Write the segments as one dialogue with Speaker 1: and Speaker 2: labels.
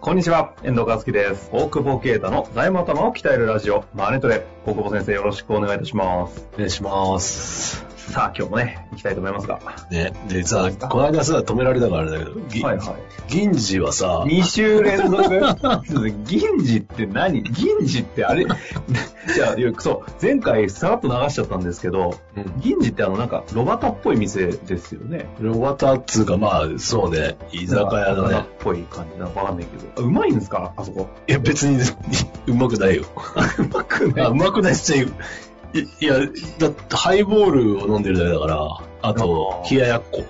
Speaker 1: こんにちは、遠藤和樹です。大久保啓太の財務頭を鍛えるラジオ、マネトレ。大久保先生、よろしくお願いいたします。
Speaker 2: お願いします。
Speaker 1: さあ、今日もね、行きたいと思いますが。は
Speaker 2: ね。でさ、この間さ、止められたからあれだけど、ぎ
Speaker 1: いはい。
Speaker 2: 銀次はさ、
Speaker 1: 2週連 続銀次って何銀次ってあれ じゃあ、いやそう、前回さらっと流しちゃったんですけど、
Speaker 2: うん
Speaker 1: 銀次ってあの、なんか、ロバタっぽい店ですよね。
Speaker 2: ロバタっつうか、まあ、そうね、居酒屋だ
Speaker 1: なん
Speaker 2: ね
Speaker 1: か。っぽい感じなのわかんないけど。あうまいんですかあそ こ。
Speaker 2: いや、別に、うまくないよ。
Speaker 1: うまく
Speaker 2: あうまくないっすね。いいや、だってハイボールを飲んでるだけだから、あと
Speaker 1: あ、ー
Speaker 2: 冷ややっこ。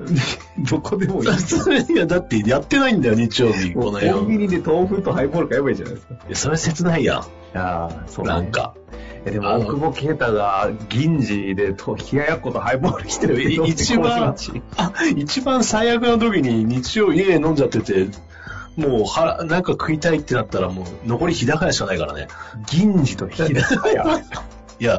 Speaker 1: どこでもいい。
Speaker 2: いや、だってやってないんだよ、日曜日、
Speaker 1: コ
Speaker 2: この
Speaker 1: ンビ
Speaker 2: 辺を。い
Speaker 1: ニで豆腐とハイボール買えばいいじゃないですか。
Speaker 2: や、それ切ないや
Speaker 1: ああ、そ
Speaker 2: ん。
Speaker 1: う、ね。
Speaker 2: なんか。
Speaker 1: え、でも、大久保啓太が銀次でと、冷ややっことハイボールしてるって
Speaker 2: い
Speaker 1: どう
Speaker 2: 一番
Speaker 1: 気持ちいい
Speaker 2: あ、一番最悪な時に日曜家飲んじゃってて、もう腹、なんか食いたいってなったらもう残り日高屋しかないからね。
Speaker 1: 銀次と冷ややっこ。
Speaker 2: いや、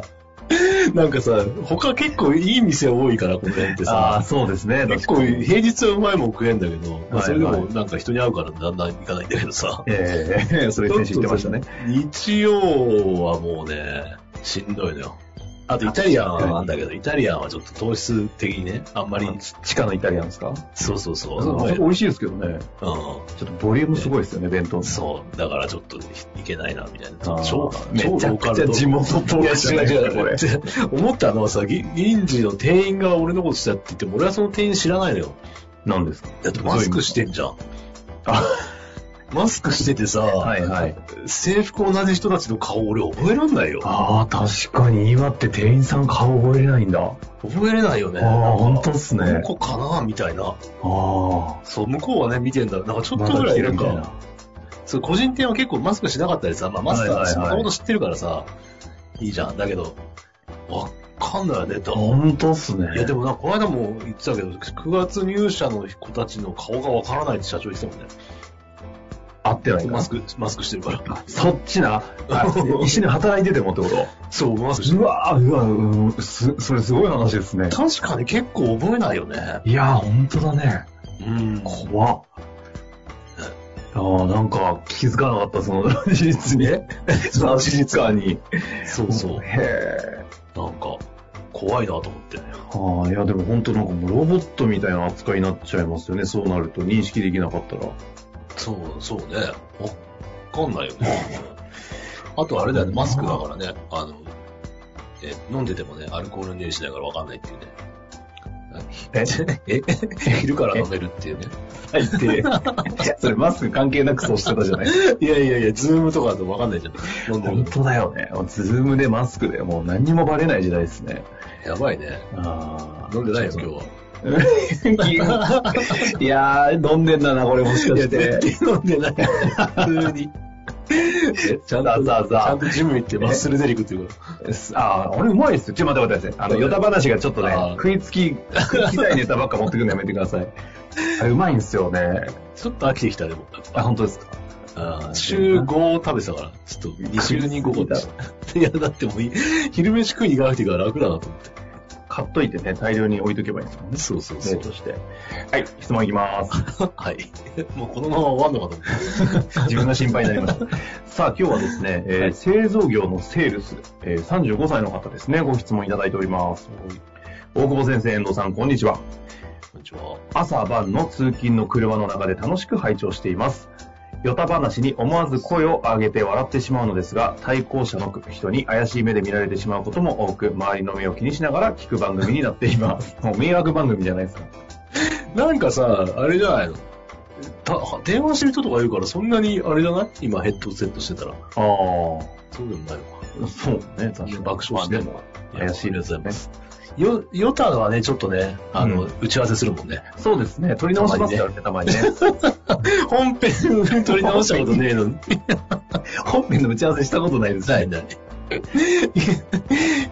Speaker 2: なんかさ、他結構いい店多いから、この辺って
Speaker 1: ああ、
Speaker 2: さ。
Speaker 1: そうですね。
Speaker 2: 結構平日はうまいもん食えんだけど、まあそれで
Speaker 1: はい
Speaker 2: も
Speaker 1: はい
Speaker 2: なんか人に会うからだんだん行かないんだけどさ。
Speaker 1: ええそれ先週言ってましたね。
Speaker 2: 日曜はもうね、しんどいのよ。あとイタリアンはあんだけど、イタリアンはちょっと糖質的にね、あんまり、
Speaker 1: 地下のイタリアンですか
Speaker 2: そうそうそ
Speaker 1: あ
Speaker 2: う。
Speaker 1: そこ美味しいですけどね。
Speaker 2: うん
Speaker 1: ちょっとボリュームすごいですよね、弁当の。
Speaker 2: そう、だからちょっといけないな、みたいな。
Speaker 1: あー
Speaker 2: 超
Speaker 1: めちゃくちゃ地元っぽ
Speaker 2: い
Speaker 1: い
Speaker 2: や、
Speaker 1: じゃな
Speaker 2: 違
Speaker 1: いうですかこ
Speaker 2: 違う
Speaker 1: れ。
Speaker 2: 違う。思ったのはさ、ぎ銀次の店員が俺のことしたって言っても、俺はその店員知らないのよ。
Speaker 1: 何ですか
Speaker 2: だってマスクしてんじゃん。
Speaker 1: あ、
Speaker 2: マスクしててさ、
Speaker 1: はいはい。
Speaker 2: 制服同じ人たちの顔俺覚えらんないよ。
Speaker 1: ああ、確かに今って店員さん顔覚えれないんだ。あ
Speaker 2: 覚えれないよね。
Speaker 1: あ、本当っす
Speaker 2: なん
Speaker 1: ね
Speaker 2: か。向こうかなみたいな。
Speaker 1: ああ。
Speaker 2: そう、向こうはね、見てんだ。なんかちょっ
Speaker 1: ま
Speaker 2: とぐ
Speaker 1: だ
Speaker 2: ら
Speaker 1: 来て
Speaker 2: い
Speaker 1: る
Speaker 2: なん
Speaker 1: みたい
Speaker 2: か、
Speaker 1: な。
Speaker 2: そう個人店は結構マスクしなかったりさ、まあマスク
Speaker 1: は
Speaker 2: は
Speaker 1: いはいはい
Speaker 2: もともと知ってるからさ、いいじゃん。だけど、わかんないよね、どう
Speaker 1: 本当っすね。
Speaker 2: いや、でもなんか、この間も言ってたけど、9月入社の子たちの顔がわからないって社長言ってたもんね。
Speaker 1: 合ってないか
Speaker 2: マスク、マスクしてるから。
Speaker 1: あそっちな。 あ一緒に働いててもってこと
Speaker 2: そう、マスクして
Speaker 1: う
Speaker 2: る。
Speaker 1: わうわうんす、それすごい話ですね。
Speaker 2: 確かに結構覚えないよね。
Speaker 1: いやー、本当だね。
Speaker 2: うん
Speaker 1: 怖っ。ああ、なんか気づかなかった、その 事実に。その事実感に。
Speaker 2: そうそう。なん
Speaker 1: へえ。
Speaker 2: か、怖いなと思って。
Speaker 1: ああ、いや、でも本当なんかもうロボットみたいな扱いになっちゃいますよね。そうなると認識できなかったら。
Speaker 2: そう、そうね。わかんないよね。 あとあれだよね、マスクだからね、あの、え、飲んでてもね、アルコール入手しないからわかんないっていうね。
Speaker 1: え
Speaker 2: え 昼から飲めるっていうね。
Speaker 1: 入って、 それマスク関係なくそうしてたじゃない。
Speaker 2: いやいやいや、ズームとかだとわかんないじゃん。飲んで
Speaker 1: 本
Speaker 2: る。
Speaker 1: 当だよね。ズームでマスクでもう何にもバレない時代ですね。
Speaker 2: やばいね。
Speaker 1: ああ。
Speaker 2: 飲んでないよ、今日は。
Speaker 1: いやー、飲んでんだな、これもしか して。
Speaker 2: 対飲んでない。普通に。ちゃん
Speaker 1: ざあ
Speaker 2: と、
Speaker 1: ざあ
Speaker 2: ちゃ
Speaker 1: ざ
Speaker 2: んとジム行ってマッスルデリクっていうから。
Speaker 1: あ。あー、俺うまいっすよ。ちょ、待って待って待って。あの、ヨタ話がちょっとね
Speaker 2: あー、
Speaker 1: 食いつき、食いつきたいネタばっか持ってくるのやめてください。あれうまいんすよね。
Speaker 2: ちょっと飽きてきたでも。
Speaker 1: あ、本当ですか。
Speaker 2: あ週5食べてたから、ちょっと2週に5個だ。いや、だってもうい、昼飯食いに行かなくていいから楽だなと思って。
Speaker 1: 買っといてね、大量に置いとけばいいんですもんね。
Speaker 2: そうそうそ
Speaker 1: 例
Speaker 2: う。
Speaker 1: として。はい、質問いきます。
Speaker 2: はい。もうこのまま終わんのかと思っ
Speaker 1: 自分が心配になりました。さあ、今日はですね、えー
Speaker 2: はい
Speaker 1: 製造業のセールス、えー35歳の方ですね、ご質問いただいております。大久保先生、遠藤さん、こんにちは。
Speaker 2: た。こんにちは。
Speaker 1: 朝晩の通勤の車の中で楽しく拝聴しています。ヨタ話に思わず声を上げて笑ってしまうのですが、対向車の人に怪しい目で見られてしまうことも多く、周りの目を気にしながら聞く番組になってい ます。もう迷惑番組じゃないですか。
Speaker 2: なんかさ、あれじゃないのた電話してる人とかいるから、そんなにあれじゃない今ヘッドセットしてたら。
Speaker 1: ああ、
Speaker 2: そうでもないのか。
Speaker 1: そうね、確かに。
Speaker 2: 爆笑してんのか。
Speaker 1: 怪しいですよね。
Speaker 2: よ、ヨタはね、ちょっとね、あの、
Speaker 1: うん
Speaker 2: 打ち合わせするもんね。
Speaker 1: そうですね。取り直しますからね、たまにね。
Speaker 2: 本編撮り直したことねえのに。
Speaker 1: 本編の打ち合わせしたことないですし
Speaker 2: ないない。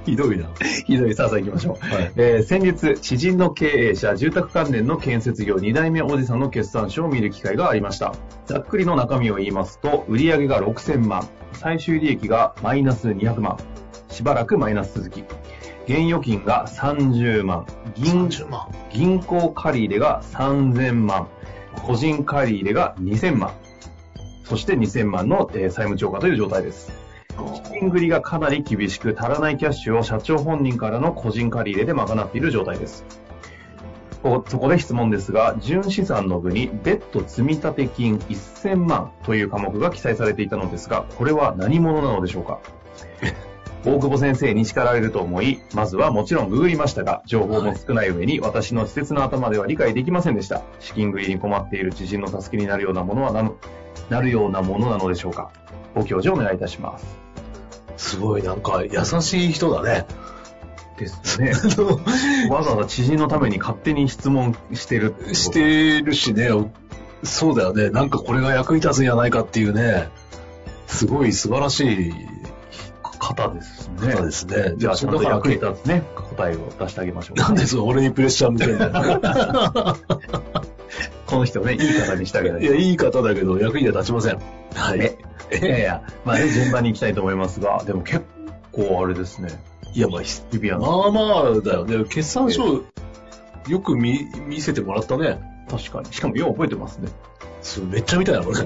Speaker 2: ひどいな。
Speaker 1: ひどい。さあさあ行きましょう。
Speaker 2: はい。
Speaker 1: えー先日、知人の経営者、住宅関連の建設業2代目おじさんの決算書を見る機会がありました。ざっくりの中身を言いますと、売上が6000万、最終利益がマイナス200万、しばらくマイナス続き、現預金が30万、銀
Speaker 2: 30万。
Speaker 1: 銀行借り入れが3000万、個人借り入れが2000万、そして2000万の、えー債務超過という状態です。資金繰りがかなり厳しく、足らないキャッシュを社長本人からの個人借り入れで賄っている状態です。こそこで質問ですが、純資産の部に別途積立金1000万という科目が記載されていたのですが、これは何者なのでしょうか大久保先生に叱られると思い、まずはもちろんググりましたが、情報も少ない上に私の施設の頭では理解できませんでした。資金繰りに困っている知人の助けになるようなものはなのなるようなものなのでしょうかご教授お願いいたします。
Speaker 2: すごい、なんか、優しい人だね。
Speaker 1: です ね。わざわざ知人のために勝手に質問してるってこと
Speaker 2: してるしね、そうだよね。なんかこれが役に立つんじゃないかっていうね、すごい素晴らしい
Speaker 1: 方ですね。
Speaker 2: 方ですね。
Speaker 1: じゃあ、ちゃんと役
Speaker 2: 役
Speaker 1: に
Speaker 2: に
Speaker 1: 立つね、答えを出してあげましょう。
Speaker 2: なんでそう、俺にプレッシャーみたい な。
Speaker 1: この人ね、いい方にしてあげない
Speaker 2: い
Speaker 1: と。
Speaker 2: や、いい方だけど、役には立ちません。はい。
Speaker 1: いやいや、まあね、順番に行きたいと思いますが、でも結構あれですね、
Speaker 2: いや、まあ、ひ
Speaker 1: ビビアンさん
Speaker 2: まあまあだよね。決算書、よく見、見せてもらったね。
Speaker 1: 確かに。しかも、よう覚えてますね。
Speaker 2: そうめっちゃ見たいな、これ。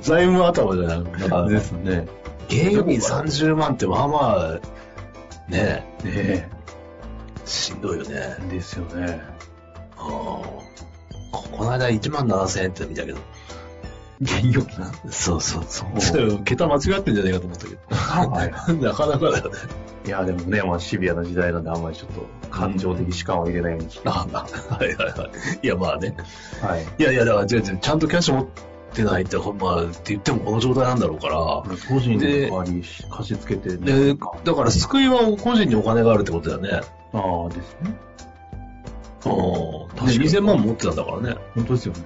Speaker 2: 財務頭じゃない。なんか、
Speaker 1: ですね。
Speaker 2: 芸人30万ってまあまあ、ね
Speaker 1: ね
Speaker 2: え、しんどいよね。
Speaker 1: えですよね。
Speaker 2: ああここの間1万7000円って見たけど。
Speaker 1: 現預金。
Speaker 2: そうそうそ。
Speaker 1: そう
Speaker 2: 桁間違ってんじゃねえかと思ったけ
Speaker 1: は
Speaker 2: ど。 なかなかだよね。
Speaker 1: い。いや、でもね、まあ、シビアな時代なんで、あんまりちょっと感情的主観を入れないように。
Speaker 2: ああはいはいはい。いやまあね。
Speaker 1: はい。
Speaker 2: いやいや、だから違う違うちゃんとキャッシュ持ってないって、ほんまあ、って言ってもこの状態なんだろうから。
Speaker 1: 個人の代わりに貸し付けて、ね、
Speaker 2: で、だから救いは個人にお金があるってことだよね。
Speaker 1: ああですね。
Speaker 2: うん。
Speaker 1: 確かに
Speaker 2: 2000万持ってたんだからね。
Speaker 1: 本当ですよね。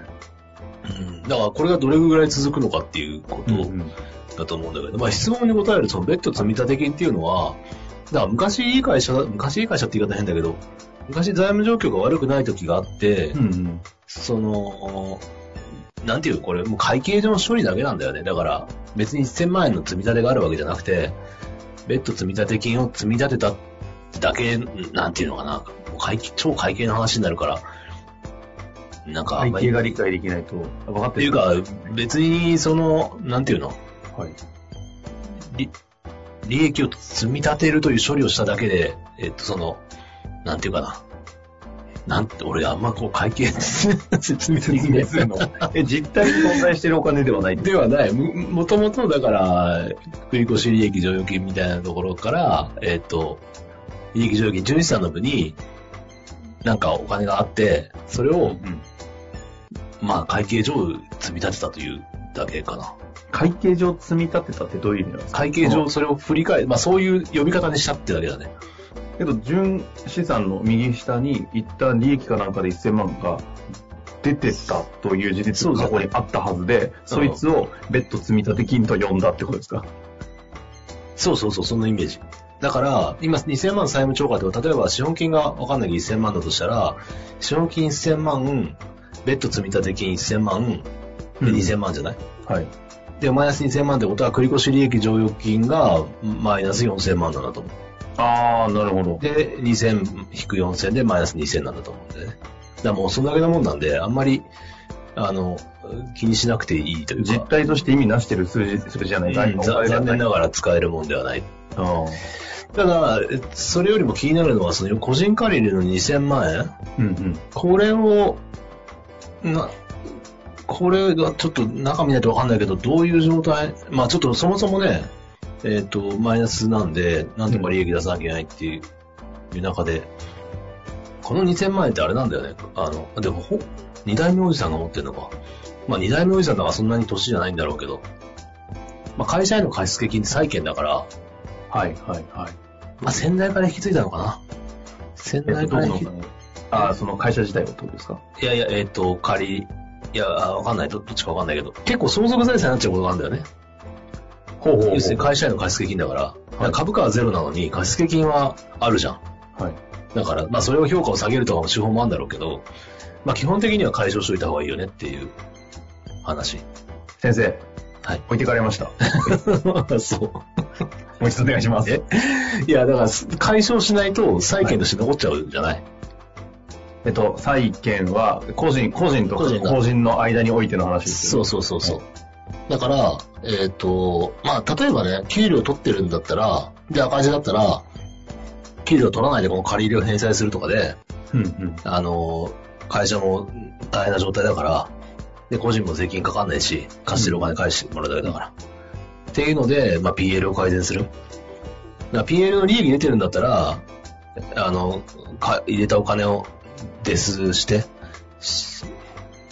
Speaker 2: うん。だからこれがどれぐらい続くのかっていうこと
Speaker 1: ん、
Speaker 2: だと思うんだけど、まあ質問に答えるその別途積立金っていうのは、だから昔いい会社、昔いい会社って言い方変だけど、昔財務状況が悪くない時があって、
Speaker 1: うん、
Speaker 2: その、なんていう、これ、もう会計上の処理だけなんだよね。だから、別に1000万円の積み立てがあるわけじゃなくて、別途積立金を積み立てただけ、なんていうのかな、もう会計超会計の話になるから、なんか、
Speaker 1: 背景
Speaker 2: っ
Speaker 1: が理解できないと、分かって
Speaker 2: いうか、別に、その、なんていうの、
Speaker 1: はい、
Speaker 2: 利利益を積み立てるという処理をしただけで、えっと、その、なんていうかな。なんて、俺、あんまこう、会計説明できない。
Speaker 1: のえ実態に存在してるお金ではない
Speaker 2: ではない。も、もともと、だから、繰越利益剰余金みたいなところから、えっ、と、利益剰余金、純資産の部に、なんかお金があって、それを、まあ、会計上積み立てたというだけかな。
Speaker 1: 会計上積み立てたってどういう意味なんですか
Speaker 2: 会計上それを振り返る、まあ、そういう呼び方にしたってだけだね。
Speaker 1: けど、純資産の右下に、一旦利益かなんかで1000万が出てたという事実
Speaker 2: そうじ
Speaker 1: が過
Speaker 2: ゃ
Speaker 1: 去
Speaker 2: ない
Speaker 1: にあったはずで、そいつを別途積立金と呼んだってことですか
Speaker 2: そうそうそう、そのイメージ。だから、今2000万債務超過って、例えば資本金がわかんないけど1000万だとしたら、資本金1000万、ベッド積立金1000万、で
Speaker 1: うん
Speaker 2: 2000万じゃない、
Speaker 1: はい。
Speaker 2: で、マイナス2000万ってことは、繰越利益剰余金がマイナス4000万なんだと思う。
Speaker 1: ああ、なるほど。
Speaker 2: で、2000引く4000でマイナス2000なんだと思うんでね。だからもうそんだけのもんなんで、あんまり、あの、気にしなくていいという
Speaker 1: 実
Speaker 2: か、
Speaker 1: 態として意味なしてる数字、数字じゃな
Speaker 2: う
Speaker 1: いか、
Speaker 2: んざ残念ながら使えるもんではない
Speaker 1: あ
Speaker 2: ただ、えそれよりも気になるのは、その個人借り入れの2000万円
Speaker 1: ーうんうん。
Speaker 2: これを、な、これがちょっと中見ないとわかんないけど、どういう状態まあちょっとそもそもね、えっ、と、マイナスなんで、なんとか利益出さなきゃいけないっていう,、中で、この2000万円ってあれなんだよね。あの、でもほ、二代目おじさんが持ってるのか。まあ二代目おじさんだからそんなに年じゃないんだろうけど、まあ会社への貸付金って債権だから、
Speaker 1: はいはいはい。
Speaker 2: まあ、先代から引き継いだのかな。先
Speaker 1: えっ
Speaker 2: 代
Speaker 1: と、
Speaker 2: か
Speaker 1: ど
Speaker 2: ら
Speaker 1: こ
Speaker 2: 引
Speaker 1: の
Speaker 2: き、
Speaker 1: ああ、その会社自体はどうですか
Speaker 2: いやいや、えっ、と、仮、いや、あわかんない。どどっちかわかんないけど。結構相続財産になっちゃうことがあるんだよね。
Speaker 1: ほうほうほう
Speaker 2: 要するに会社への貸付金だから。だから株価はゼロなのに貸付金はあるじゃん。
Speaker 1: はい。
Speaker 2: だから、まあそれを評価を下げるとかも手法もあるんだろうけど、まあ基本的には解消しといた方がいいよねっていう話。
Speaker 1: 先生。
Speaker 2: はい
Speaker 1: 置いてかれました。も
Speaker 2: そう
Speaker 1: 一度お願いします。
Speaker 2: えう。いや、だからす解消しないと債権として残っちゃうんじゃない、
Speaker 1: えっと、債権は、個人、個人と
Speaker 2: 個人が
Speaker 1: 法人の間においての話です
Speaker 2: そ
Speaker 1: よ
Speaker 2: う
Speaker 1: ね。
Speaker 2: そうそうそう。だから、えっ、と、まあ例えばね、給料取ってるんだったら、で赤字だったら、給料取らないでこの借り入れを返済するとかで、
Speaker 1: うんうん。
Speaker 2: あの、会社も大変な状態だから、で、個人も税金かかんないし、貸してるお金返してもらうだけだから。っていうので、まあ、PL を改善する。だから PL の利益出てるんだったら、あの、か入れたお金をデスして、し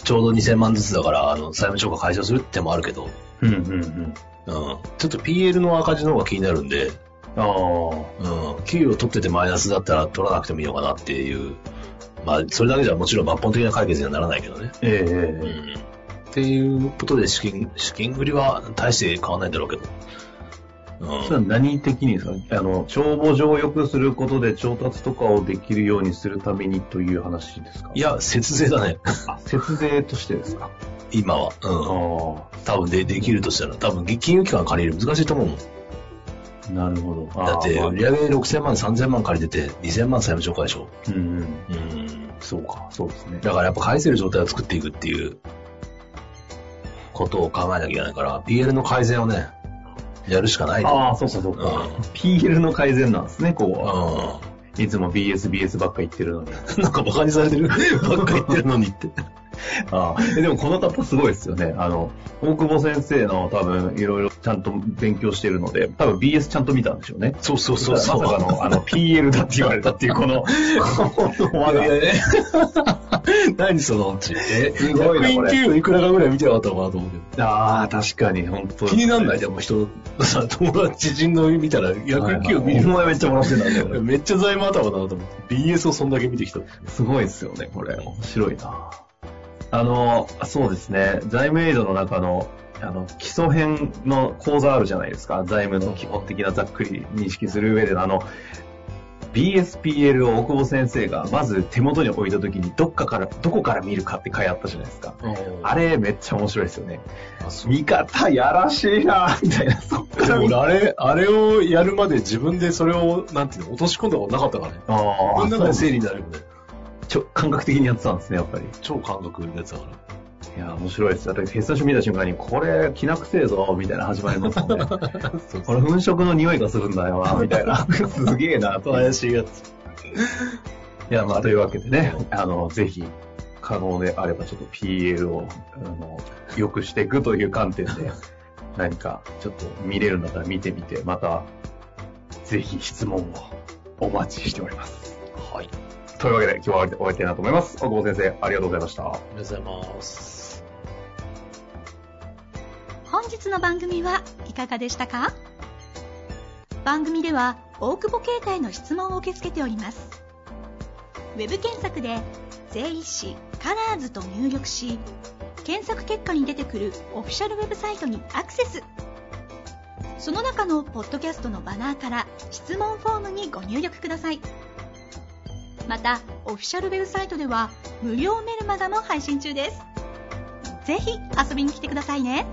Speaker 2: ちょうど2000万ずつだから、あの、債務超過解消するって手もあるけど、
Speaker 1: うんうんうん。
Speaker 2: うん。ちょっと PL の赤字の方が気になるんで、
Speaker 1: ああ。
Speaker 2: うん、給与取っててマイナスだったら取らなくてもいいのかなっていう、まあ、それだけじゃもちろん抜本的な解決にはならないけどね。
Speaker 1: えええ
Speaker 2: う
Speaker 1: えええ
Speaker 2: ん。っていうことで資金、資金繰りは大して変わんないんだろうけど。うん。
Speaker 1: それは何的にですかあの、帳簿上を良くすることで調達とかをできるようにするためにという話ですか
Speaker 2: いや、節税だね。
Speaker 1: あ節税としてですか
Speaker 2: 今は。
Speaker 1: あ
Speaker 2: うん。
Speaker 1: あ。
Speaker 2: 多分で、できるとしたら、多分、金融機関借りる難しいと思うもん。
Speaker 1: なるほど。
Speaker 2: だって、
Speaker 1: あー
Speaker 2: 売上6000万、3000万借りてて、2000万債務超過でしょ。
Speaker 1: まあうんうん。
Speaker 2: うん。そうか。
Speaker 1: そうですね。
Speaker 2: だからやっぱ返せる状態を作っていくっていうことを考えなきゃいけないから、PL の改善をね、やるしかないと
Speaker 1: ああ、そうかそうか。
Speaker 2: うん
Speaker 1: PL の改善なんですね、ここは。
Speaker 2: 思
Speaker 1: いつも BS、BS ばっか言ってるのに。
Speaker 2: う。うん。なん か馬鹿にされてるばっか言ってるのにって。
Speaker 1: ああえでもこの方すごいですよね。あの、大久保先生の多分いろいろちゃんと勉強してるので、多分 BS ちゃんと見たんでしょうね。
Speaker 2: そうそうそうそう。
Speaker 1: まさかの、あの、PL だって言われたっていう、こ の、この
Speaker 2: いや
Speaker 1: 罠
Speaker 2: いやいや 何そのえ、
Speaker 1: すごいなこれ
Speaker 2: 役員給与いくらかぐらい見てなかったのかなと思うけど。
Speaker 1: ああ、確かに、本当
Speaker 2: 気になんない
Speaker 1: じ
Speaker 2: でも人、さ、 友達、知人の見たら、役
Speaker 1: ゃん。
Speaker 2: 員給
Speaker 1: 給与
Speaker 2: 与見る
Speaker 1: 前めっちゃもらってたんだよね。
Speaker 2: めっちゃ財務頭だなと思って。BS をそんだけ見てきた。
Speaker 1: すごいですよね、これ。面白いな。あの、そうですね、財務エイドの中の、あの、基礎編の講座あるじゃないですか。財務の基本的なざっくり認識する上での、あの、BSPL を大久保先生がまず手元に置いた時に、どっかから、どこから見るかって回あったじゃないですか。あれ、めっちゃ面白いですよね。見方やらしいなみたいな。そっか
Speaker 2: で
Speaker 1: ら
Speaker 2: も
Speaker 1: 見
Speaker 2: 俺あれ、あれをやるまで自分でそれを、なんていうの、落とし込んだことなかったからね。
Speaker 1: あ
Speaker 2: こ
Speaker 1: ー
Speaker 2: んなの中で整理になるよね。
Speaker 1: ちょ感覚的にやってたんですね、やっぱり。
Speaker 2: 超感覚のやつだから。
Speaker 1: いや、面白いです。だって、決算書見た瞬間に、これ、きなくせえぞ、みたいな始まりますもんね。これ、粉飾の匂いがするんだよな、みたいな。 すげえな、と。い
Speaker 2: しいやつ。
Speaker 1: や、まあ、というわけでね、あの、ぜひ、可能であれば、ちょっと PL を、あの、良くしていくという観点で、何か、ちょっと見れるんだったら見てみて、また、ぜひ質問をお待ちしております。
Speaker 2: はい。あ
Speaker 1: と
Speaker 2: りが
Speaker 1: いうわけで、今日は終わりたいなと思います。大久保先生、ありがとうございました。
Speaker 2: とうございます。
Speaker 3: 本日の番組はいかがでしたか番組では大久保携帯の質問を受け付けておりますウェブ検索で「税理士カラーズと入力し検索結果に出てくるオフィシャルウェブサイトにアクセスその中のポッドキャストのバナーから質問フォームにご入力くださいまたオフィシャルウェブサイトでは無料メルマガも配信中ですぜひ遊びに来てくださいね